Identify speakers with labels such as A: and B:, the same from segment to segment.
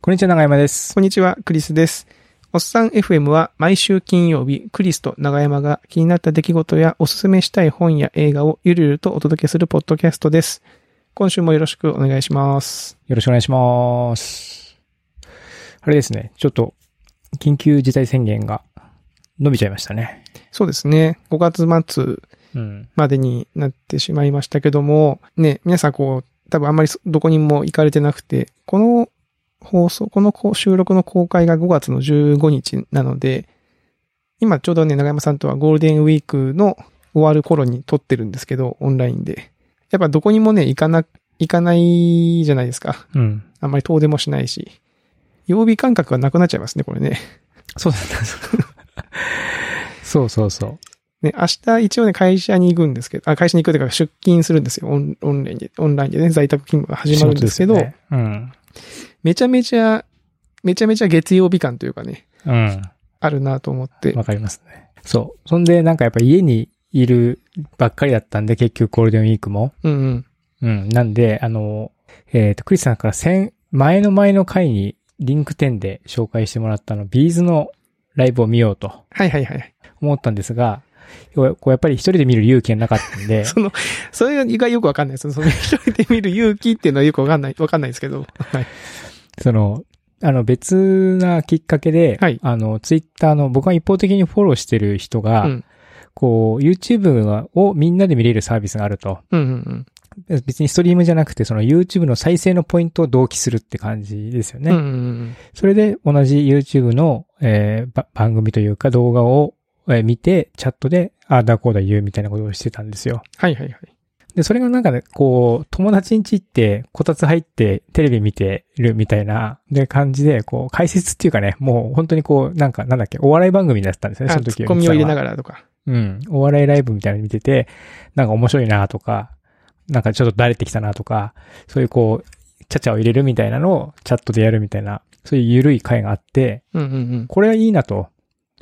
A: こんにちは、長山です。
B: こんにちは、クリスです。おっさん FM は毎週金曜日、クリスと長山が気になった出来事やおすすめしたい本や映画をゆるゆるとお届けするポッドキャストです。今週もよろしくお願いします。
A: よろしくお願いします。あれですね、ちょっと、緊急事態宣言が伸びちゃいましたね。
B: そうですね。5月末
A: うん。
B: までになってしまいましたけども、ね、皆さんこう、多分あんまりそどこにも行かれてなくて、この放送、このこう収録の公開が5月の15日なので、今ちょうどね、長山さんとはゴールデンウィークの終わる頃に撮ってるんですけど、オンラインで。やっぱどこにもね、行かな、行かないじゃないですか。
A: うん。
B: あんまり遠出もしないし。曜日感覚がなくなっちゃいますね、これね。
A: そうだった。そうそうそう。
B: ね、明日一応ね、会社に行くんですけど、あ、会社に行くというか出勤するんですよ。オンオンラインで、オンラインでね、在宅勤務が始まるんですけど、
A: 仕事ですよね
B: めちゃめちゃ、めちゃめちゃ月曜日感というかね、
A: うん。うん。
B: あるなと思って
A: わ。かりますね。そう。そんで、なんかやっぱ家にいるばっかりだったんで、結局ゴールデンウィークも。
B: うんうん。
A: うん。なんで、あの、えっ、と、クリスさんから先、前の前の回に、リンク10で紹介してもらったあの、ビーズのライブを見ようと
B: はいはいはい。
A: 思ったんですが、こうこうやっぱり一人で見る勇気がなかったんで、
B: その、それがよくわかんないです。その、一人で見る勇気っていうのはよくわかんない、わかんないですけど。はい。
A: その、あの別なきっかけで、
B: はい
A: あの、ツイッターの僕が一方的にフォローしてる人が、
B: うん
A: こう、YouTube をみんなで見れるサービスがあると。
B: うんうんうん。
A: 別にストリームじゃなくて、その YouTube の再生のポイントを同期するって感じですよね。
B: うんうんうん。
A: それで同じ YouTube の、えーば番組というか動画を、えー見て、チャットで、ああだこうだ言うみたいなことをしてたんですよ。
B: はいはいはい。
A: で、それがなんかね、こう、友達ん家行って、こたつ入って、テレビ見てるみたいな、で、感じで、こう、解説っていうかね、もう本当にこう、なんか、なんだっけ、お笑い番組だったんですね、そ
B: あ、
A: の
B: ツ
A: 時
B: ッコミを入れな
A: が
B: がらとか。
A: ら。うん。お笑いライブみたいなの見てて、なんか面白いなとか、なんかちょっとだれてきたなとか、そういうこう、ちゃちゃを入れるみたいなのをチャットでやるみたいな、そういう緩い回があって、
B: うんうんうん。
A: これはいいなと。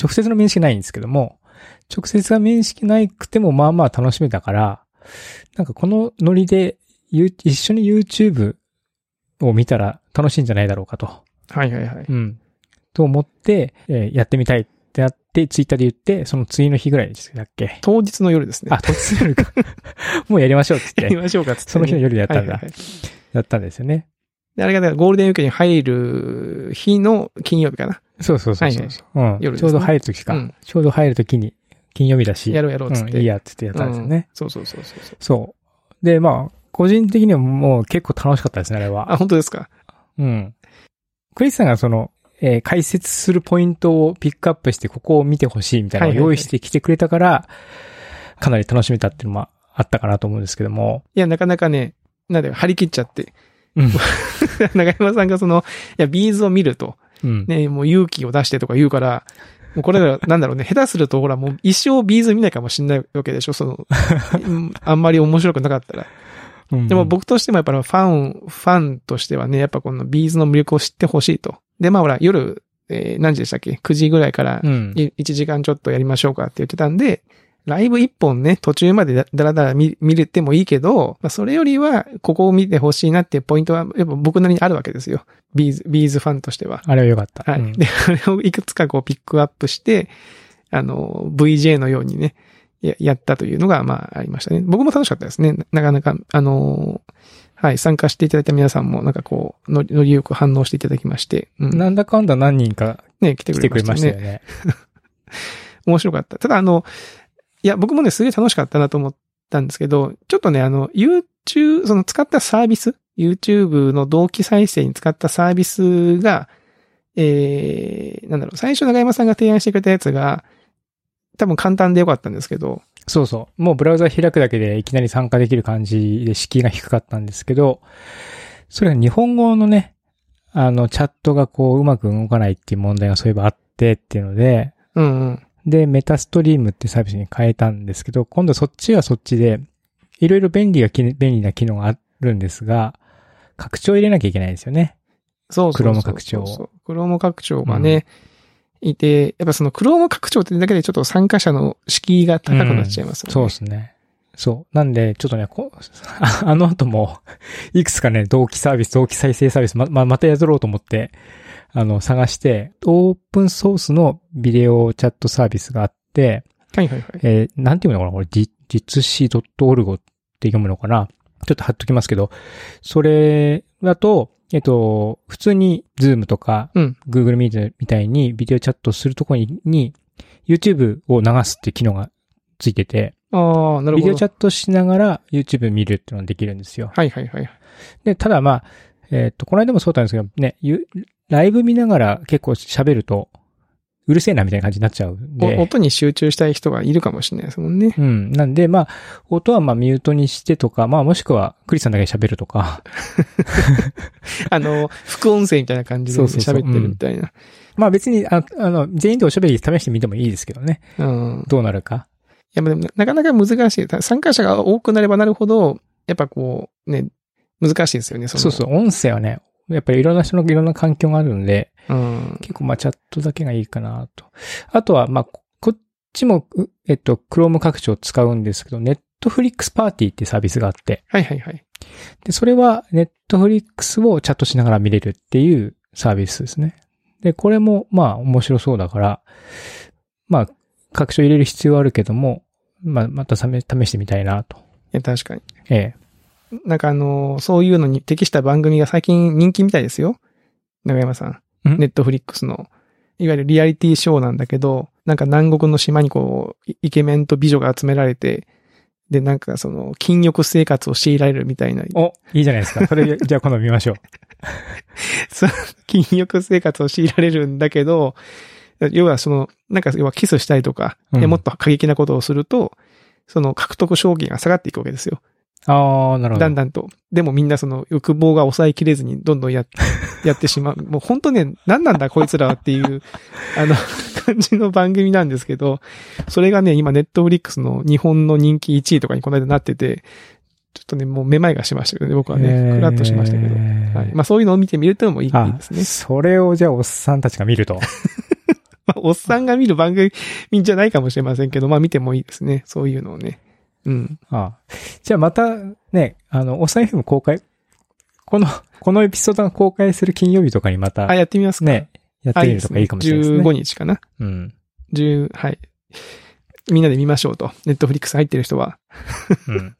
A: 直接の面識ないんですけども、直接は面識なくてもまあまあ楽しめたから、なんかこのノリで、ゆ一緒に YouTube を見たら楽しいんじゃないだろうかと。
B: はいはいはい。
A: うん。と思って、えーやってみたいってなって、ツイッターで言って、その次の日ぐらいでしたっ け
B: 当日の夜ですね。
A: あ、、突然か。 もうやりましょうって
B: やり
A: 言って、
B: ましょうかっつって
A: そ
B: ね、
A: の日の夜でやったん
B: はいはい
A: だ
B: はい。
A: やったんですよね。
B: で、あれがだからゴールデンウィークに入る日の金曜日かな。
A: そうそうそうそうそう。う
B: 夜
A: ん。
B: です
A: ち
B: ね
A: ょうど入る時か。
B: うん
A: ちょうど入る時に、金曜日だし、
B: やろうやろうっつって。
A: うん、いいやっつってやったんですよね。
B: うんそうそうそうそうそう。
A: そう。で、まあ、個人的にはもう結構楽しかったですね、あれは。
B: あ、本当ですか。
A: うん。クリスさんがその、えー解説するポイントをピックアップして、ここを見てほしいみたいなのを
B: はいはいはい
A: 用意してきてくれたから、かなり楽しめたっていうのもあったかなと思うんですけども。
B: いや、なかなかね、なんだよ、張り切っちゃって。
A: うん
B: 長山さんがその、いや、ビーズを見ると、
A: うん。
B: ね、もう勇気を出してとか言うから、もうこれだ から、なんだろうね、下手すると、ほら、もう一生ビーズ見ないかもしんないわけでしょ、その、うんあんまり面白くなかったら。
A: うん
B: でも、僕としてもやっぱりファン、ファンとしてはね、やっぱこのビーズの魅力を知ってほしいと。で、まあほら、夜、えー何時でしたっけ ?9 時ぐらいから
A: うん。
B: い1時間ちょっとやりましょうかって言ってたんで、ライブ1本ね、途中までだだらだら見見れてもいいけど、まあ、それよりは、ここを見てほしいなっていうポイントは、やっぱ僕なりにあるわけですよ。ビーズ、ビーズファンとしては。
A: あれは良かった。
B: はい。
A: うん
B: で、あれをいくつかこうピックアップして、あの、VJ のようにね、ややったというのが、まあ、ありましたね。僕も楽しかったですね。ななかなか、あの、はい、参加していただいた皆さんも、なんかこう、のりのりよく反応していただきまして、うん。
A: なんだかんだ何人か
B: ね、来て
A: 来
B: く
A: て
B: れ
A: く
B: ま
A: れ
B: した
A: ま
B: ね
A: した。よね。
B: 面白かった。ただあの、いや、僕もね、すげえ楽しかったなと思ったんですけど、ちょっとね、あの、YouTube、その使ったサービス、YouTube の同期再生に使ったサービスが、えー、なんだろう、最初長山さんが提案してくれたやつが、多分簡単でよかったんですけど、
A: そうそう。もうブラウザ開くだけでいきなり参加できる感じで敷居が低かったんですけど、それが日本語のね、あの、チャットがこう、うまく動かないっていう問題がそういえばあってっていうので、
B: うんうん。
A: で、メタストリームってサービスに変えたんですけど、今度そっちはそっちで、いろいろ便利がき、便利な機能があるんですが、拡張入れなきゃいけないんですよね。
B: そうそうそう
A: Chrome 拡張
B: そう。クローム拡張がね、いて、やっぱそのクローム拡張ってだけでちょっと参加者の敷居が高くなっちゃいますよね
A: そうですね。そう。なんで、ちょっとね、こ あの後も、 いくつかね、同期サービス、同期再生サービス、ま、ま、またやろうと思って、あの、探して、オープンソースのビデオチャットサービスがあって、
B: はいはいはい。
A: えーなんていうのかなこれ、じ実施 .org って読むのかなちょっと貼っときますけど、それだと、えっと、普通に Zoom とか
B: うん。
A: Google Meet みたいにビデオチャットするとこにに YouTube を流すっていう機能がついてて、
B: ああ、なる
A: ビ
B: ほ
A: デ
B: ど
A: オチ。ャットしながら YouTube 見るっていうのができるんですよ。
B: はいはいはい。
A: で、ただまあ、えっ、と、この間もそうだったんですけど、ね、ゆライブ見ながら結構喋ると、うるせえなみたいな感じになっちゃうん
B: お
A: で、
B: 音に集中したい人がいるかもしれないですもんね。
A: うん。なんで、まあ、音はまあミュートにしてとか、まあもしくはクリスさんだけ喋るとか、
B: あの、副音声みたいな感じで
A: そうそうそう
B: 喋ってるみたいな。
A: まあ別にあ、あの、全員でおしゃべり試してみてもいいですけどね。
B: うん。い
A: どうなるか。
B: や、まあでも、なかなか難しい。た参加者が多くなればなるほど、やっぱこう、ね、難しいですよね、その。
A: そうそう、音声はね、やっぱりいろんな人のいろんな環境があるんで、
B: う。うん。
A: 結構まあチャットだけがいいかなと。あとは、まあ、ここっちも、うえっと、Chrome 拡張を使うんですけど、Netflix パーティーっていうサービスがあって、
B: はいはいはい。
A: で、それは Netflix をチャットしながら見れるっていうサービスですね。で、これもまあ面白そうだから、まあ、拡張入れる必要はあるけども、まあ、また試試してみたいなと。
B: いや、確かに。
A: ええ。
B: なんかあの、そういうのに適した番組が最近人気みたいですよ。長山さん。
A: ん
B: ネットフリックスの。いわゆるリアリティショーなんだけど、なんか南国の島にこう、イイケメンと美女が集められて、で、なんかその、禁欲生活を強いられるみたいな、
A: お、いいじゃないですか。それ、じゃあ今度見ましょう。
B: 禁欲生活を強いられるんだけど、要はその、なんか要はキスしたりとか、
A: うん
B: でもっと過激なことをすると、その獲得賞金が下がっていくわけですよ。
A: ああ、なるほど。
B: だんだんと。でもみんなその欲望が抑えきれずにどんど んや、やってしまう。もう本当ね、何なんだこいつらはっ ていう、あの、感じの番組なんですけど、それがね、今ネットフリックスの日本の人気1位とかにこの間なってて、ちょっとね、もうめまいがしましたけどね、僕はね、ふらっとしましたけど。はい、まあそういうのを見てみるというのもいいいい
A: あ
B: ですね。
A: それをじゃあおっさんたちが見 ると。
B: まあ、おっさんが見る番組じゃないかもしれませんけど、まあ見てもいいですね。そういうのをね。うん。
A: ああじゃあまたね、あの、おっさん FM 公開、この、このエピソードが公開する金曜日とかにまた
B: あ、、やってみますか。
A: ね、やって
B: あ、
A: みるとかいいかもしれないです
B: 15
A: ね。
B: 日かな。
A: うん。
B: 10、はい。みんなで見ましょうと。ネットフリックス入ってる人は。
A: うん。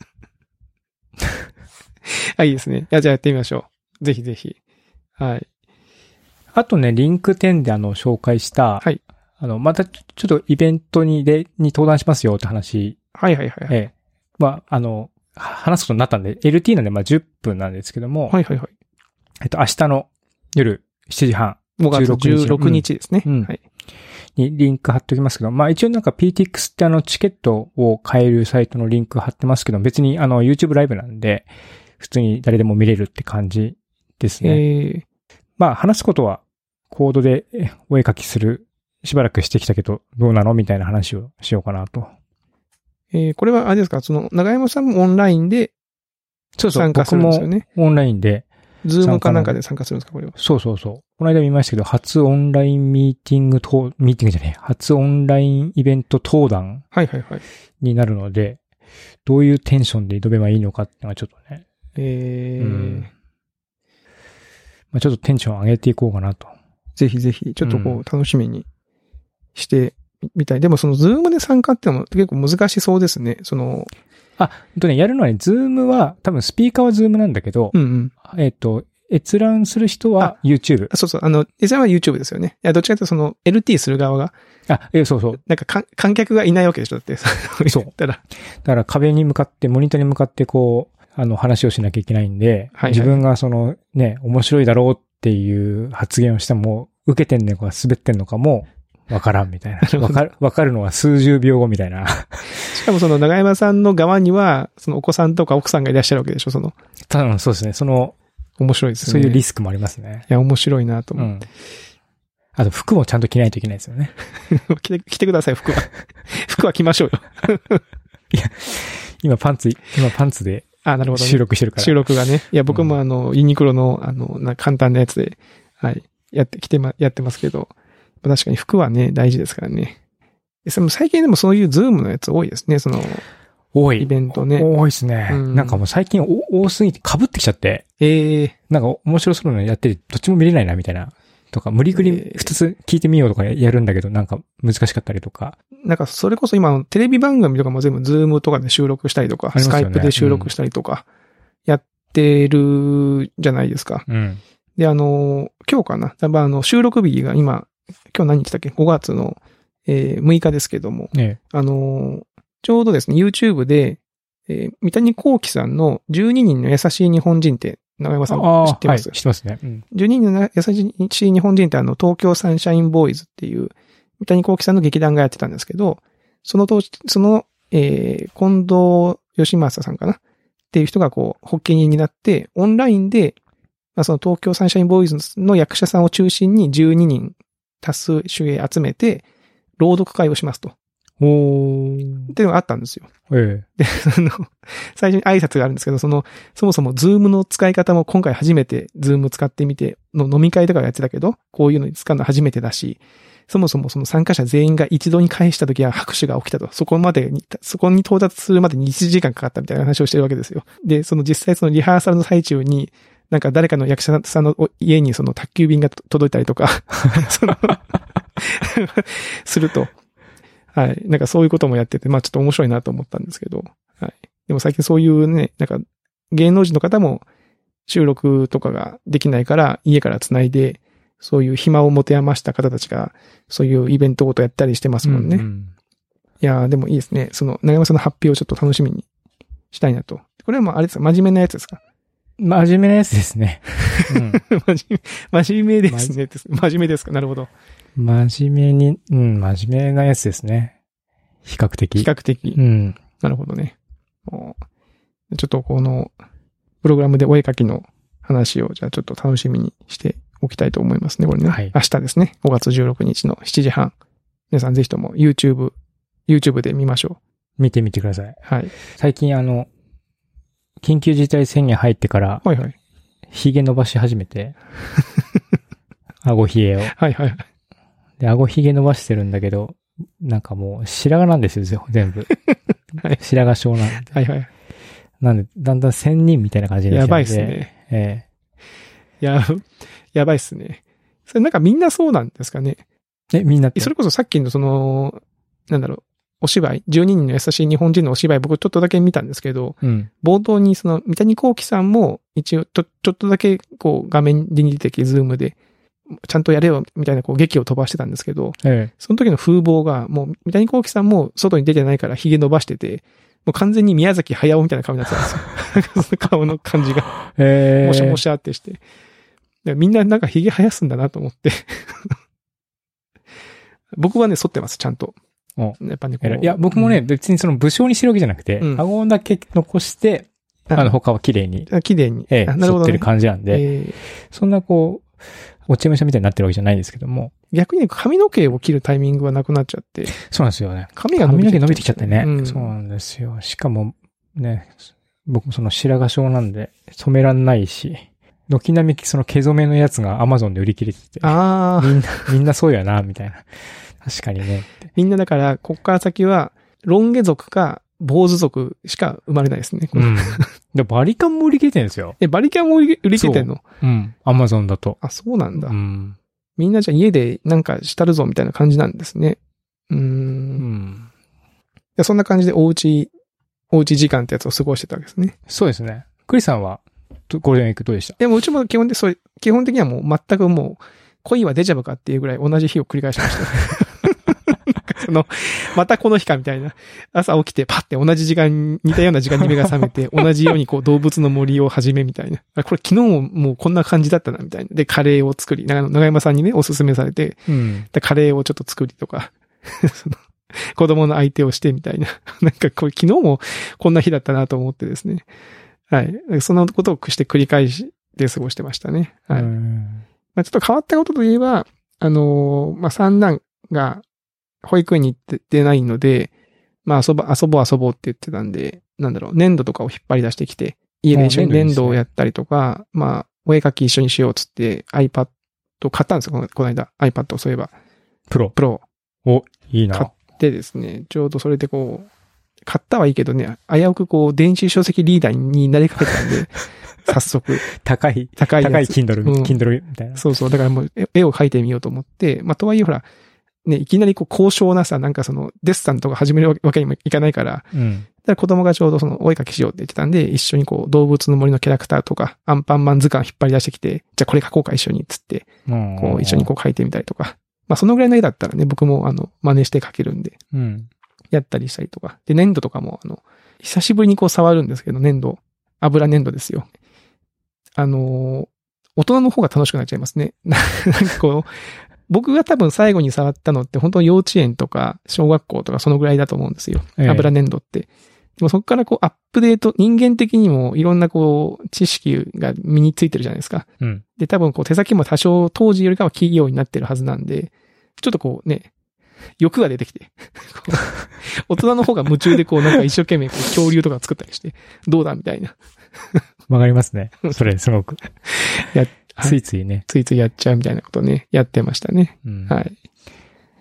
B: あ、いいですね。いやじゃあやってみましょう。ぜひぜひ。はい。
A: あとね、リンク10であの、紹介した、
B: はい
A: あの、またちょちょっとイベントにで、に登壇しますよって話、
B: はいはいはいはい。
A: ええ。まあ、あの、は話すことになったんで、LT なんで、まあ、10分なんですけども、
B: はいはいはい。
A: えっと、明日の夜7時半
B: 5月
A: 16日
B: 16日ですね。
A: うん
B: はい。
A: にリンク貼っておきますけど、まあ一応なんか PTX ってあのチケットを買えるサイトのリンク貼ってますけど、別にあの YouTube ライブなんで、普通に誰でも見れるって感じですね。
B: え
A: まあ話すことはコードでえお絵描きする、しばらくしてきたけど、どうなのみたいな話をしようかなと。
B: ーえーこれはあれですか、その、長山さんもオンラインで
A: そうそう、
B: 参加す
A: 僕
B: るんですよ
A: も
B: ね。
A: オンラインで、
B: ズームかなんかで参加するんですか、これは。
A: そうそうそう。この間見ましたけど、初オンラインミーティングと、ミーティングじゃねえ、初オンラインイベント登壇
B: はいはいはい。
A: になるので、どういうテンションで挑めばいいのかっていうのはちょっとね、
B: えー
A: うんまあ、ちょっとテンション上げていこうかなと。
B: ぜひぜひ、ちょっとこ
A: うん
B: う、楽しみにしてみたい。でもその、ズームで参加ってのも結構難しそうですね。その、
A: ほんとね、やるのはね、ズームは、多分スピーカーはズームなんだけど
B: う、んうん。
A: えっ、と、閲覧する人は YouTube。
B: そうそう、あの、実際は YouTube ですよね。いや、どっちかというとその、LT する側が、
A: あ、えそうそう。
B: なんかかん観客がいないわけでしょ、だって。
A: そう
B: 言ったら。
A: だから壁に向かって、モニターに向かってこう、あの、話をしなきゃいけないんで、
B: はいはい
A: 自分がその、ね、面白いだろうっていう発言をしても、受けてんのか滑ってんのかも、わからんみたいな。わかる、わかるのは数十秒後みたいな。
B: しかもその、長山さんの側には、その、お子さんとか奥さんがいらっしゃるわけでしょ、その、
A: 多分そうですね。その、
B: 面白いです
A: そう
B: ね。
A: いうリ
B: ス
A: スクもありますね。
B: いや、面白いなと
A: う
B: 思う。
A: ん。あと、服もちゃんと着ないといけないですよね。
B: 来て、来てください、服は。 服は着ましょうよ。
A: 今パンツ、今パンツで
B: あ、なるほどね、
A: 収録してるから。
B: 収録がね。いや、僕
A: う
B: も
A: ん
B: あの、ユニクロの、あの、な簡単なやつで、はい、やって、きてま、やってますけど、確かに服はね、大事ですからね。えその最近でもそういうズームのやつ多いですね、その、
A: 多
B: イ
A: い。
B: ベントね。
A: 多いですね。
B: うん
A: なんかもう最近お多すぎて被ってきちゃって、
B: ええ
A: なんか面白そうなのやってて、どっちも見れないな、みたいな。とか、無理くり
B: えー
A: 2つ聞いてみようとかやるんだけど、なんか難しかったりとか。
B: なんかそれこそ今、テレビ番組とかも全部ズームとかで収録したりとか、
A: ります
B: スカ
A: よね
B: イプで収録したりとか、やってるじゃないですか。
A: うん。
B: で、あの、今日かな。多分あの、収録日が今、今日何日だっけ ?5 月の、えー6日ですけども、
A: ね
B: あの、ちょうどですね、YouTube で、えー三谷幸喜さんの12人の優しい日本人って、長山さん
A: ああ、
B: 知ってます、
A: はい、知ってますね。うん。
B: 12人の優しい日本人ってあの、東京サンシャインボーイズっていう、三谷幸喜さんの劇団がやってたんですけど、その当時、その、えー、近藤義正さんかなっていう人がこう、発起人になって、オンラインで、まあ、その東京サンシャインボーイズの役者さんを中心に12人多数主演集めて、朗読会をしますと。っ
A: おー。
B: ていうのがあったんですよ。
A: ええ
B: あの、最初に挨拶があるんですけど、その、そもそもズームの使い方も今回初めてズーム使ってみて、の飲み会とかやってたけど、こういうのに使うの初めてだし、そもそもその参加者全員が一度に返した時は拍手が起きたと、そこまでに、そこに到達するまでに1時間かかったみたいな話をしてるわけですよ。で、その実際そのリハーサルの最中に、なんか誰かの役者さんの家にその宅急便が届いたりとか、 その、すると。はい。なんかそういうこともやってて、まあちょっと面白いなと思ったんですけど。はい。でも最近そういうね、なんか芸能人の方も収録とかができないから家から繋いで、そういう暇を持て余した方たちが、そういうイベントごとやったりしてますもんね。
A: う
B: い
A: ん
B: やーでもいいですね。その、長山さんの発表をちょっと楽しみにしたいなと。これはもうあれですか真面目なやつですか
A: うん真面目なやつですね。
B: 真面目、真面目ですね。 真面目ですかなるほど。
A: うん。 真面目に、うん、真面目なやつですね。比較的。
B: 比較的。
A: うん。
B: なるほどね。おーちょっとこの、プログラムでお絵描きの話を、じゃあちょっと楽しみにしておきたいと思いますね、これね。
A: はい
B: 明日ですね、5月16日の7時半。皆さんぜひとも YouTube、YouTube で見ましょ
A: 見てみてください。
B: う。はい。
A: 最近あの、緊急事態宣言入ってから、
B: はいはい。
A: 髭伸ばし始め て、顎髭を。
B: はいはい。
A: で、顎ひげ伸ばしてるんだけど、なんかもう白髪なんですよ、ぜ全 部。
B: はい
A: 白髪症なんで。
B: はいはい。
A: なんで、だんだん仙人みたいな感じになっ
B: や
A: てきた
B: ば
A: ん
B: いっす。ね。
A: え
B: や、やばいっすね。それなんかみんなそうなんですかね。
A: ええ、みんなって。
B: それこそさっきのその、なんだろう、お芝居、12人の優しい日本人のお芝居、僕ちょっとだけ見たんですけど、
A: うん。
B: 冒頭にその三谷幸喜さんも一応ちょちょっとだけこう画面に出てきてズームでちゃんとやれよみたいなこう劇を飛ばしてたんですけど、
A: ええ。
B: その時の風貌がもう三谷幸喜さんも外に出てないから髭伸ばしてて、もう完全に宮崎駿みたいな顔になってたんですよ。その 顔の感じが、
A: ええ。
B: もしゃもしゃってして。だからみんななんか髭生やすんだなと思って。 僕はね、剃ってます、ちゃんと。
A: お
B: やっぱね、こ
A: えら
B: う
A: いいや、僕もね、、別にその武将にしてるわけじゃなくて、
B: うん
A: 顎だけ残して、
B: うん
A: あの、他は綺麗に、
B: あ綺麗に。
A: ええ、
B: あ
A: 剃ってる感じなんで、
B: えー
A: そんなこう、落ち武者みたいになってるわけじゃないですけども、
B: 逆に髪の毛を切るタイミングがなくなっちゃって、
A: そうなんですよね。
B: 髪が伸
A: 髪
B: び
A: の毛伸
B: てきちゃう
A: びてきちゃってね。
B: うん
A: そうなんですよ。しかも、ね、僕もその白髪症なんで染めらんないし、軒並みその毛染めのやつが Amazon で売り切れてて、
B: ああ、
A: みんな、みんなそうやな、みたいな。確かにね。
B: みんなだから、こっから先は、ロン毛族か、坊主族しか生まれないですね。
A: うん。で、バリカンも売り切れてるんですよ。
B: え、バリキャンも売り売り切れてんの
A: うん。Amazon だと。
B: あ、そうなんだ。
A: うん。
B: みんなじゃあ家でなんかしたるぞみたいな感じなんですね。うー。
A: うんん。
B: でそんな感じでおうち、おうち時間ってやつを過ごしてたわけですね。
A: そうですね。クリさんは、どゴールデンウィークどうでした
B: でもうちも基本で、そう、基本的にはもう全くもう、恋はデジャブかっていうぐらい同じ日を繰り返しました。なんかその、またこの日かみたいな。朝起きてパッて同じ時間、似たような時間に目が覚めて、 同じようにこう動物の森を始めみたいな。あこれ昨日ももうこんな感じだったなみたいな。で、カレーを作り、長長山さんにね、おすすめされて、
A: うん。
B: でカレーをちょっと作りとか、 その子供の相手をしてみたいな。 なんかこれ昨日もこんな日だったなと思ってですね。はい。そんなことをして繰り返して過ごしてましたね。はい。
A: うん
B: まあ、ちょっと変わったことといえば、あのーまあ、三男が保育園に行って出ないので、まあ、遊ぼ、遊ぼう遊ぼうって言ってたんで、なんだろう、粘土とかを引っ張り出してきて、家で一緒に
A: あ粘土いい
B: 粘
A: ですね
B: 土をやったりとか、まあ、お絵描き一緒にしようっつって iPad を買ったんですよ、このこの間。iPad をそういえば、
A: プロ。
B: Pro
A: お、いいな。
B: でですね、ちょうどそれでこう、買ったはいいけどね、危うくこう、電子書籍リーダーになりかけたんで、早速、
A: 高い、
B: 高いやつ。
A: 高い Kindle、
B: うん
A: Kindle みたいな。
B: そうそう。だからもう絵絵を描いてみようと思って、まあ、とはいえほら、ね、いきなりこう高尚なさ、なんかそのデッサンとか始めるわけにもいかないから、だか
A: うん。
B: ら子供がちょうどそのお絵描きしようって言ってたんで、一緒にこう動物の森のキャラクターとか、アンパンマン図鑑引っ張り出してきて、じゃあこれ描こうか一緒にっつって、こ
A: こ
B: う一緒にこう描いてみたりとか。まあそのぐらいの絵だったらね、僕もあの、真似して描けるんで、
A: う。うん。
B: やったりしたりとか。で、粘土とかも、あの、久しぶりにこう触るんですけど、粘土。油粘土ですよ。あのー大人の方が楽しくなっちゃいますね。 ななんかこう、僕が多分最後に触ったのって本当幼稚園とか小学校とかそのぐらいだと思うんですよ。
A: ええ
B: 油粘土って。でもそこからこうアップデート、人間的にもいろんなこう知識が身についてるじゃないですか。
A: うん。
B: で、多分こう手先も多少当時よりかは企業になってるはずなんで、ちょっとこうね、欲が出てき て、こう大人の方が夢中でこうなんか一生懸命こう恐竜とか作ったりして、どうだみたいな、
A: わかります ね。それ、すごく。
B: やはい
A: ついついね。
B: ついついやっちゃうみたいなことね、やってましたね。
A: うん。
B: はい。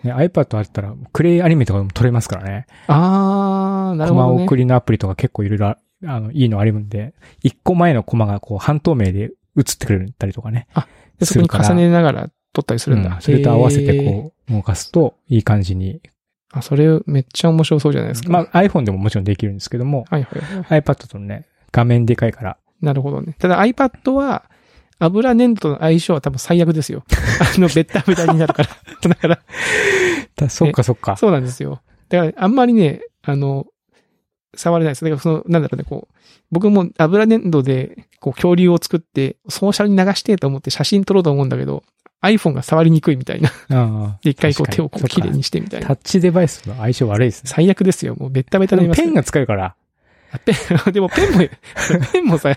A: ね iPad あったら、クレイアニメとかでも撮れますからね。
B: あー、なる
A: コマ
B: ほど、
A: 送
B: ね。
A: りのアプリとか結構いろいろ、あの、いいのあるんで、一個前のコマがこう半透明で映ってくれたりとかね。
B: でそこに重ねながら撮ったりするんだ。
A: うんそれと合わせて
B: へー
A: こう、動かすといい感じに。
B: あ、それめっちゃ面白そうじゃないですか。
A: まあ iPhone でももちろんできるんですけども、
B: はいはいはい。
A: iPad とのね、画面でかいから、
B: なるほどね。ただ iPad は、油粘土との相性は多分最悪 ですよ。あの、ベッタベタになるから。だから、
A: だそっかそっか。
B: そうなんですよ。だから、あんまりね、あの、触れないです。だから、その、なんだろうね、こう、僕も油粘土で、こう、恐竜を作って、ソーシャルに流してと思って写真撮ろうと思うんだけど、iPhone が触りにくいみた いな。
A: ああ
B: で、一回こう、
A: 確
B: 手
A: か
B: を
A: に
B: こ、
A: そうっか
B: 綺麗にしてみたい
A: タ
B: な。
A: ッチデバイスの相性悪いですね。
B: 最悪ですよ。もう、ベッタベタになります
A: ペ
B: よ
A: ンが使えるから、
B: でも、ペン も、 ペンもさ、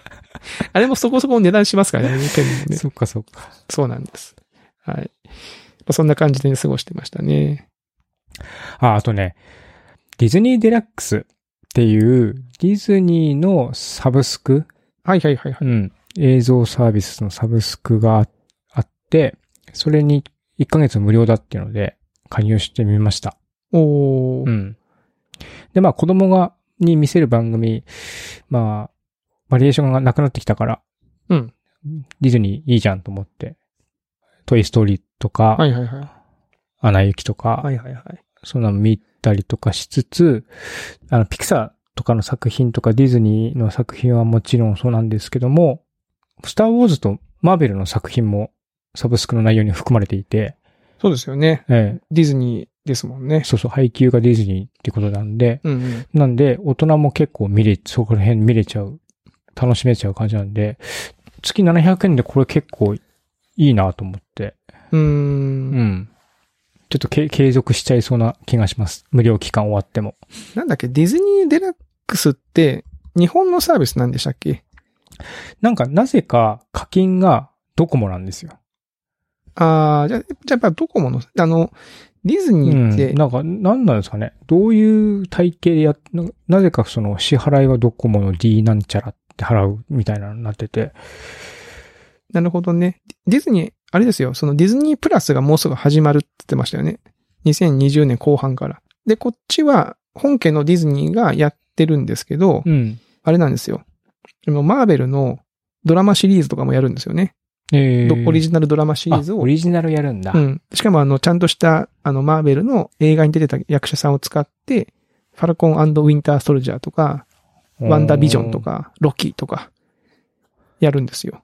B: あれもそこそこの値段しますからね、ペンもね。
A: そっかそっか。
B: そうなんです。はい。まあそんな感じでね過ごしてましたね。
A: あ、あとね、ディズニーデラックスっていう、ディズニーのサブスク
B: はいはいはいはい。
A: うん。映像サービスのサブスクがああって、それに1ヶ月無料だっていうので、加入してみました。
B: おー。
A: うん。で、まあ子供が、に見せる番組、まあ、バリエーションがなくなってきたから、
B: うん。
A: ディズニーいいじゃんと思って、トイストーリーとか、
B: はいはいはい。
A: アナ雪とか、
B: いはいはい。
A: そんなの見たりとかしつつ、あの、ピクサーとかの作品とかディズニーの作品はもちろんそうなんですけども、スターウォーズとマーベルの作品もサブスクの内容に含まれていて、
B: そうですよね。
A: え
B: ディズニーですもんね
A: え、。そうそう、配給がディズニーってことなんで、
B: うんうん。
A: なんで、大人も結構見れ、そこら辺見れちゃう、楽しめちゃう感じなんで、月700円でこれ結構いいなと思って、
B: うー。
A: うんん。ちょっとけ継続しちゃいそうな気がします。無料期間終わっても。
B: なんだっけ、ディズニーデラックスって、日本のサービスなんでしたっけ
A: なんか、なぜか課金がドコモなんですよ。
B: あー、じゃあ、じゃあやっぱドコモの、あの、ディズ
A: う
B: ニーって、
A: ん。なんか、なんなんですかね。どういう体系でやっ、ななぜかその支払いはドコモの D なんちゃらって払うみたいなのになってて。
B: なるほどね。ディズニー、あれですよ、そのディズニープラスがもうすぐ始まるって言ってましたよね。2020年後半から。で、こっちは、本家のディズニーがやってるんですけど、
A: うん。
B: あれなんですよ。でもマーベルのドラマシリーズとかもやるんですよね。
A: え
B: どオリ
A: ジ
B: ジナルドラマシリーズを
A: オ。リジナルやるんだ。
B: うん。しかも、あの、ちゃんとした、あの、マーベルの映画に出てた役者さんを使って、ファルコンウィンター・ソルジャーとか、ワンダービジョンとか、ロキとか、やるんですよ。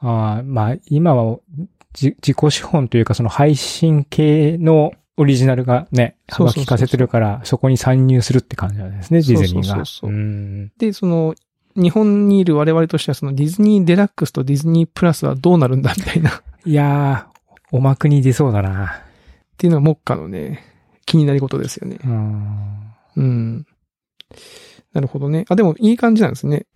A: ああ、まあ、今は、じ自己資本というか、その配信系のオリジナルがね、
B: そ
A: 幅
B: うそうそうそう
A: 利かせてるから、そこに参入するって感じなんですね、ディズニーが。
B: そうそうそうそう
A: うん
B: で、その、日本にいる我々としては、そのディズニーデラックスとディズニープラスはどうなるんだみたいな、 っ
A: いやー、おまくに出そうだな。
B: ていうのは目下のね、気になることですよね。
A: うん。
B: うん。なるほどね。あ、でもいい感じなんですね。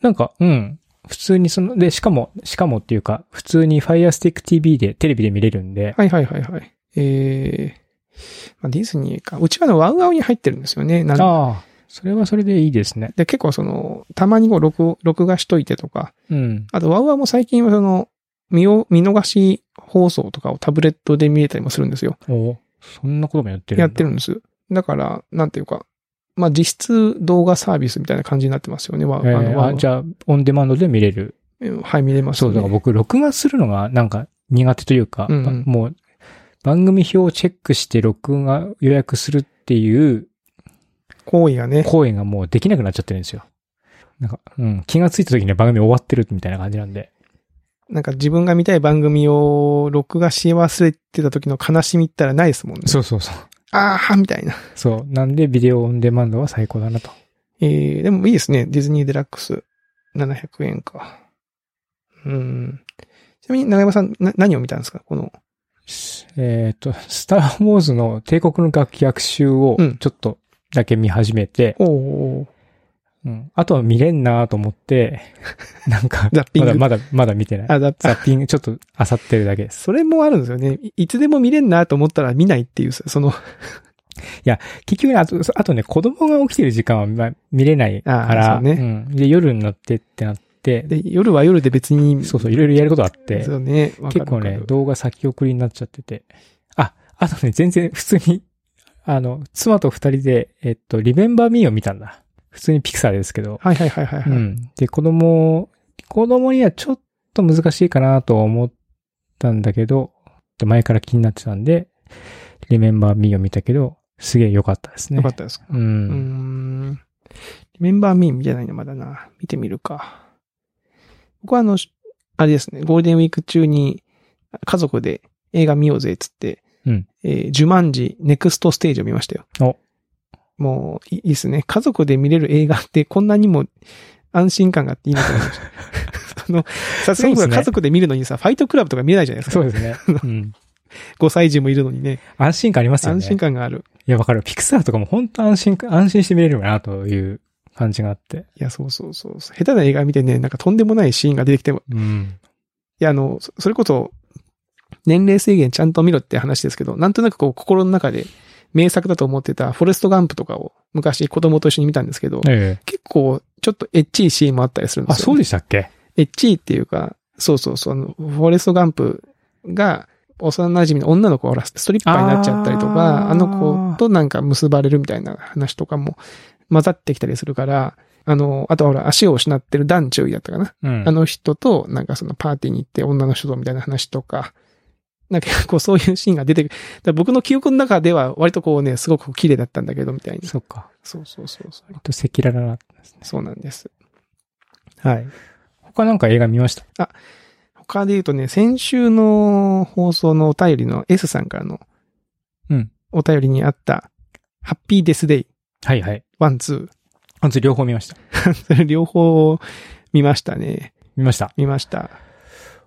A: なんか、うん。普通にその、で、しかも、しかもっていうか、普通に Fire Stick TV で、テレビで見れるんで、
B: はいはいはいはい。えー、まあ、ディズニーか。うちはあの、ワウワウに入ってるんですよね。なん
A: ああ、それはそれでいいですね。
B: で、結構その、たまにこう、録、録画しといてとか、
A: うん。
B: あと、ワウワウも最近はその、見よ、見逃し放送とかをタブレットで見れたりもするんですよ。
A: おそんなこともやってるんだ
B: やってるんです。だから、なんていうか、まあ実質動画サービスみたいな感じになってますよね。わ
A: えー
B: あのわ
A: あじゃあ、オンデマンドで見れる。
B: はい、見れます
A: そ
B: ね。
A: う、だから僕、録画するのがなんか苦手というか、
B: うんうん
A: もう、番組表をチェックして録画予約するっていう
B: 行為がね。
A: 行為がもうできなくなっちゃってるんですよ。なんか、うん、気がついた時には番組終わってるみたいな感じなんで。
B: なんか自分が見たい番組を録画し忘れてた時の悲しみったらないですもんね。
A: そうそうそう。
B: ああ、みたいな。
A: そう。なんで、ビデオオンデマンドは最高だなと。
B: えー、でもいいですね。ディズニーデラックス。700円か。うん。ちなみに、長山さん、な、何を見たんですかこの。
A: えっ、と、スターウォーズの帝国の楽器学習を
B: うん
A: ちょっとだけ見始めて、
B: おーおー
A: うんあとは見れんなと思 って、なんか、
B: ザッピン
A: ま
B: グ
A: だまだ、まだ見てない。
B: あ、だ、
A: ザッピング、ちょっと漁ってるだけです。
B: それもあるんですよね。いいつでも見れんなと思ったら見ないっていう、その、
A: 結局ね、あと、あとね、子供が起きてる時間は、まあ、見れないか
B: あ
A: ら、
B: そうね
A: うん。で、夜になってってなって、
B: で夜は夜で別に、
A: そうそう、いろいろやることあって
B: です、よね。わ
A: 結
B: かるわ
A: 構
B: かる
A: ね、動画先送りになっちゃってて。あ、あとね、全然普通に、 あの、妻と二人で、えっと、リメンバーミーを見たんだ。普通にピクサーですけど。
B: はいはいはいはいは
A: う
B: い。
A: ん。で、子供、子供にはちょっと難しいかなと思ったんだけど、前から気になってたんで、リメンバーミーを見たけど、すげえ良かったですね。
B: よかったですか。
A: う。
B: うんん。メンバーミー見てないのまだな。見てみるか。僕はあの、あれですね、ゴールデンウィーク中に家族で映画見ようぜっつって、
A: うん
B: えージュマンジネクストステージを見ましたよ。
A: お
B: もういいいですね。家族で見れる映画ってこんなにも安心感があっていいなと思い ました。その、さすがに僕は家族で見るのにさ、ファイトクラブとか見れないじゃないですか。
A: そうですね。うん。
B: 5歳児もいるのにね。
A: 安心感ありますよね。
B: 安心感がある。
A: いや、わかる。ピクサーとかも本当安心か、安心して見れるなという感じがあって。
B: いや、そうそうそう。下手な映画見てね、なんかとんでもないシーンが出てきても、
A: うん。
B: いや、あの、そそれこそ、年齢制限ちゃんと見ろって話ですけど、なんとなくこう、心の中で名作だと思ってたフォレストガンプとかを昔子供と一緒に見たんですけど、
A: ええ。
B: 結構、ちょっとエッチいシーンもあったりするんで
A: あ、
B: すよ、
A: そうでしたっけ
B: エッチいっていうか、そうそうそう、あの、フォレストガンプが、幼馴染の女の子がほらストリッパーになっちゃったりと
A: あ
B: か、
A: ー
B: あの子となんか結ばれるみたいな話とかも混ざってきたりするから、あの、あとはほら、足を失ってる団注意だったかな。
A: うん。
B: あの人と、なんかそのパーティーに行って女の人とみたいな話とか、なんか結構そういうシーンが出てくる。だから僕の記憶の中では割とこうね、すごく綺麗だったんだけどみたいな。
A: そっか。
B: そうそうそうそう。
A: えっと、赤裸々な。
B: そうなんです。はい。
A: 他なんか映画見ました
B: 他で言うとね、先週の放送のお便りの S さんからの
A: うん。
B: お便りにあった、ハッピーデスデイ、
A: はいはい。
B: ワン、ツ
A: あと両方見ました。
B: ー。それ両方見ましたね。
A: 見ました。
B: 見ました。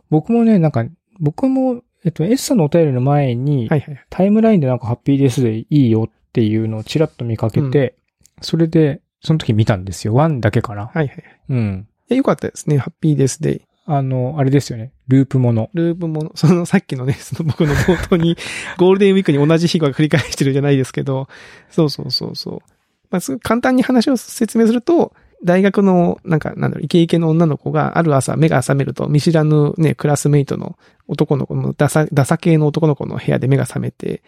A: 僕もね、なんか、僕も、えっと、S さんのお便りの前に、
B: はいはい。
A: タイムラインでなんかハッピーデスでいいよっていうのをちらっと見かけて、それで、その時見たんですよ。ワンだけかな。
B: はいはい。
A: うん。
B: いやよかったですね。ハッピーデスデイ。
A: あの、あれですよね。ループもの。
B: ループもの、 そのさっきのね、その僕の冒頭に、ゴールデンウィークに同じ日が繰り返してるじゃないですけど、そうそうそうそう。まあ、すごい簡単に話を説明すると、大学の、なんか、なんだろう、イケイケの女の子が、ある朝、目が覚めると、見知らぬね、クラスメイトの男の子の、ダサ、ダサ系の男の子の部屋で目が覚めて、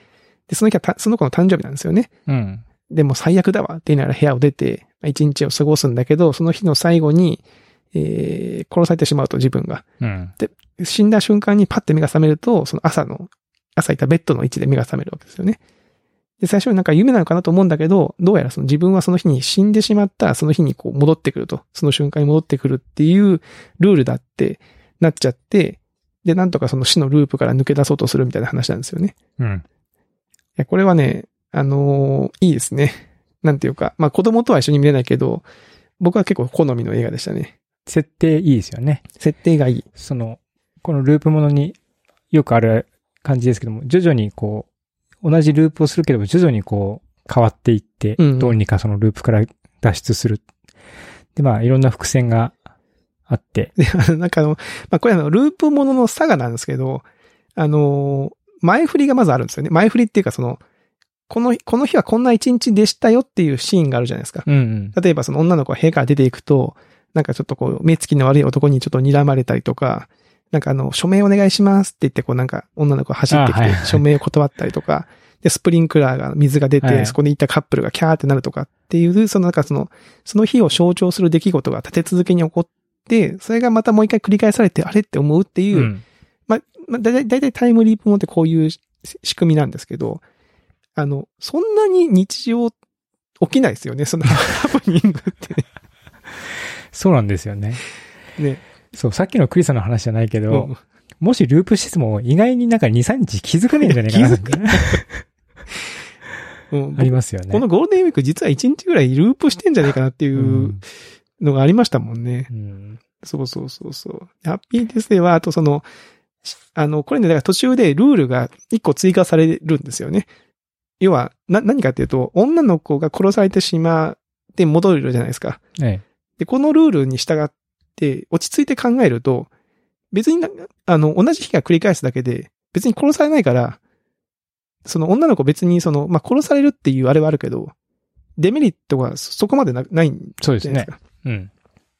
B: で、その日はた、その子の誕生日なんですよね。
A: うん。
B: でも最悪だわって言いながら部屋を出て、まあ一日を過ごすんだけど、その日の最後に、えー、殺されてしまうと自分が。
A: うん。
B: 死んだ瞬間にパッて目が覚めると、その朝の、朝いたベッドの位置で目が覚めるわけですよね。で、最初になんか夢なのかなと思うんだけど、どうやらその自分はその日に死んでしまったら、その日にこう戻ってくると、その瞬間に戻ってくるっていうルールだってなっちゃって、で、なんとかその死のループから抜け出そうとするみたいな話なんですよね。
A: うん。
B: いや、これはね、あのーいいですね。なんていうか、まあ子供とは一緒に見れないけど、僕は結構好みの映画でしたね。
A: 設定いいですよね。
B: 設定がいい。
A: その、このループものによくある感じですけども、徐々にこう、同じループをするけども、徐々にこう、変わっていって、
B: うん
A: どうにかそのループから脱出する。で、まあ、いろんな伏線があって、
B: で、あ の、なんかあの、まあ、これあの、ループもののサガなんですけど、あのー、前振りがまずあるんですよね。前振りっていうかその、この、この日はこんな一日でしたよっていうシーンがあるじゃないですか。
A: うんうん。
B: 例えばその女の子が部屋から出ていくと、なんかちょっとこう、目つきの悪い男にちょっと睨まれたりとか、なんかあの、署名お願いしますって言って、こうなんか女の子が走ってき
A: あはい
B: て
A: は、い
B: 署名を断ったりとか、で、で、スプリンクラーが水が出て、
A: はい
B: そこにいたカップルがキャーってなるとかっていう、そのなんかその、その日を象徴する出来事が立て続けに起こって、それがまたもう一回繰り返されて、あれって思うっていう、
A: うん。
B: まあ、まあ、だいたいだいたいタイムリープもんってこういうし仕組みなんですけど、あの、そんなに日常起きないですよね、そのハプニングってね
A: そうなんですよね。
B: ね。
A: そう、さっきのクリさんの話じゃないけど、
B: うん
A: もしループしても意外になんか2、3日気づかねえんじゃねえかな。
B: 気づ
A: か
B: うん
A: ありますよね。
B: このゴールデンウィーク実は1日ぐらいループしてんじゃねえかなっていううんのがありましたもんね。
A: うん。
B: そうそうそうそう。ハッピーデスデーは、あとその、しあの、これね、だから途中でルールが1個追加されるんですよね。要は、な、何かっていうと、女の子が殺されてしまって戻るじゃないですか。
A: え
B: で、このルールに従って、落ち着いて考えると、別にな、あの、同じ日が繰り返すだけで、別に殺されないから、その女の子別にその、まあ、殺されるっていうあれはあるけど、デメリットはそそこまでなないん
A: え。そうで
B: じ
A: す
B: ゃな
A: ね
B: いです。か。
A: うん。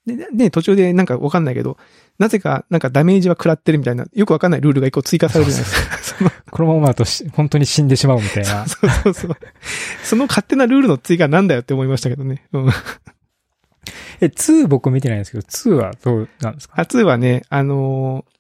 B: ででで、途中でなんかわかんないけど、なぜかなんかダメージは食らってるみたいな、よくわかんないルールが一個追加されるじゃないですか。その
A: このままだとし本当に死んでしまうみたい な。
B: そうそうそう。その勝手なルールの追加なんだよって思いましたけどね。うん。
A: え、2僕見てないんですけど、2はどうなんですか
B: 2はね、あのー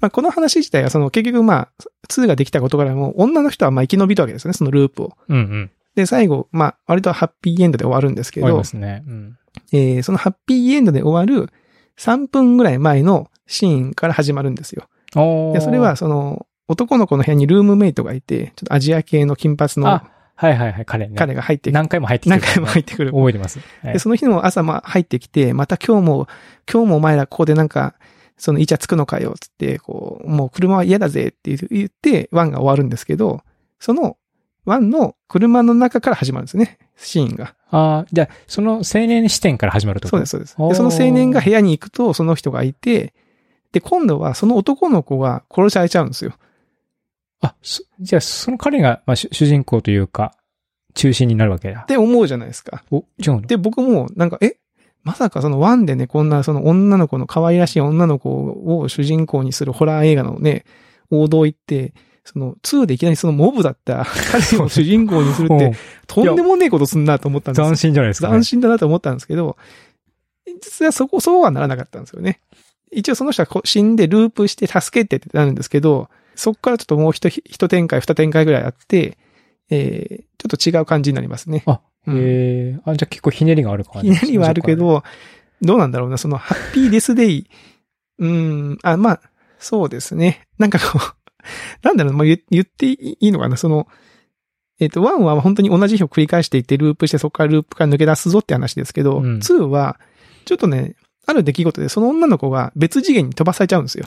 B: まあ、この話自体はその結局まあ、2ができたことからも、女の人はまあ生き延びたわけですよね、そのループを。
A: うんうん。
B: で、最後、まあ、割とハッピーエンドで終わるんですけ
A: あり
B: ど
A: ま、すね。うん。
B: えーそのハッピーエンドで終わる3分ぐらい前のシーンから始まるんですよ。
A: お
B: で、それは、その、男の子の部屋にルームメイトがいて、ちょっとアジア系の金髪の
A: あ、はいはいはい、彼ね。
B: 彼が入ってきて、
A: 何回も入ってきて
B: 何
A: るから
B: 回
A: ね
B: も入ってくる。
A: 覚えてます。はい
B: で、その日の朝、まあ、入ってきて、また今日も、今日もお前らここでなんか、そのイチャつくのかよ、つって、こう、もう車は嫌だぜって言って、ワンが終わるんですけど、その、ワンの車の中から始まるんですね、シーンが。
A: ああ、じゃあ、その青年視点から始まるってこと。
B: そうですす、そうです。
A: おー
B: で、その青年が部屋に行くと、その人がいて、で、今度はその男の子が殺されちゃうんですよ。
A: あ、そじゃあ、その彼が、まあ、主主人公というか、中心になるわけだ
B: っ。て思うじゃないですか。
A: お、違うの
B: で、僕も、なんか、えまさかそのワンでね、こんなその女の子の可愛らしい女の子を主人公にするホラー映画のね、王道行って、その2でいきなりそのモブだった彼を主人公にするっ
A: お
B: て、とんでもねえことすんなと思ったんです
A: 斬新じゃないですか、ね。
B: 斬新だなと思ったんですけど、実はそこ、そうはならなかったんですよね。一応その人はこう死んでループして助けてってなるんですけど、そこからちょっともう一ひ一展開、二展開ぐらいあって、えー、ちょっと違う感じになりますね。
A: あ、
B: うん
A: ええあ、じゃあ結構ひねりがある感
B: ひ
A: じ。
B: ねりはあるけど、どうなんだろうな、その、ハッピーデスデイ。 うーん、あ、まあ、そうですね。なんかこう、 なんだろうな、まあ、言言っていいのかな、その、えっ、と、1は本当に同じ日を繰り返していって、ループして、そこからループから抜け出すぞって話ですけど、
A: うん
B: 2は、ちょっとね、ある出来事で、その女の子が別次元に飛ばされちゃうん ですよ。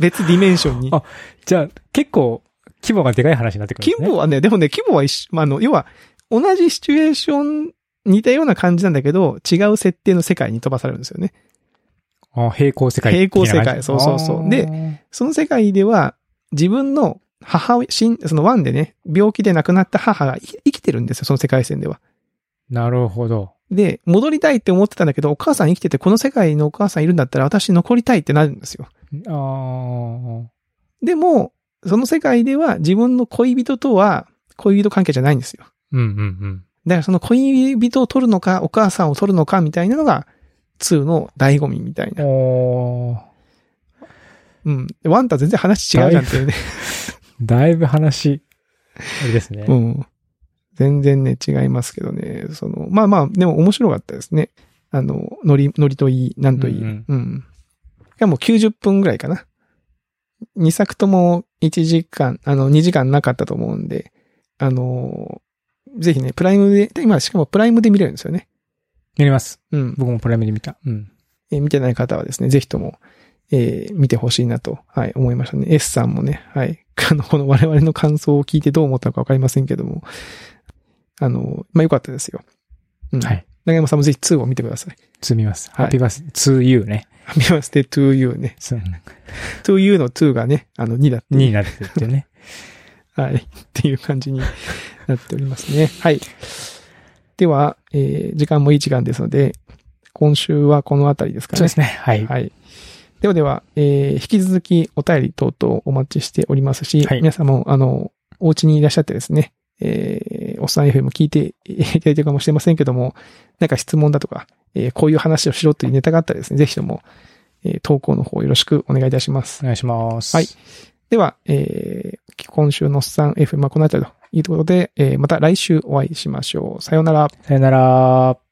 B: 別ディメンションに。
A: あじゃあ、結構、規模がでかい話になってくるんですね。
B: 規模はね、でもね、規模は一緒、まあ、あの、要は、同じシチュエーション、似たような感じなんだけど、違う設定の世界に飛ばされるんですよね。
A: あ平行世界
B: 平行世界
A: 的な感じ
B: そうそうそう
A: あー
B: でその世界では、自分の母親、死んそのワンでね、病気で亡くなった母がい生きてるんですよ、その世界線では。
A: なるほど。
B: で、戻りたいって思ってたんだけど、お母さん生きてて、この世界のお母さんいるんだったら私残りたいってなるんですよ。
A: ああ、
B: でも、その世界では自分の恋人とは恋人関係じゃないんですよ。
A: うんうんうん。
B: だからその恋人を取るのか、お母さんを取るのかみたいなのが、2の醍醐味みたいな。
A: おー
B: うん。ワンとは全然話違うじゃんっていうね。
A: だいぶ話、あれですね。
B: うん。全然ね、違いますけどね。その、まあまあ、でも面白かったですね。あの、ノリ、ノリといい、なんといい。
A: う
B: うんん、うんいや、もう90分ぐらいかな。2作とも1時間、あの、2時間なかったと思うんで、あの、ぜひね、プライムで、で今、しかもプライムで見れるんですよね。
A: やります。
B: うん。
A: 僕もプライムで見た。うん。
B: えー見てない方はですね、ぜひとも、えー見てほしいなと、はい、思いましたね。S さんもね、はい、 あの、この我々の感想を聞いてどう思ったのかわかりませんけども、あの、まあ、良かったですよ。うん。
A: はい。
B: 長山さんもぜひ2を見てください。
A: 2見ます。ハ
B: はい
A: ッピーバース、2U ね。
B: 見まして、to you ね。
A: そう
B: to you の2がね、あの、2だっていう。
A: 2になってるって ね。
B: はい。っていう感じになっておりますね。はい。では、えー時間もいい時間ですので、今週はこのあたりですかね。
A: そうですね。はい。
B: はい。ではでは、えー引き続きお便り等々お待ちしておりますし、
A: はい
B: 皆さんも、あの、お家にいらっしゃってですね、えー、おっさん FM 聞いて いただいてるかもしれませんけども、なんか質問だとか、えーこういう話をしろというネタがあったらですね、ぜひとも、えー投稿の方よろしくお願いいたします
A: お。願いします。
B: はいでは、えー今週のおっさん FM はこの辺りということで、えーまた来週お会いしましょう。さようなら。
A: さよなら。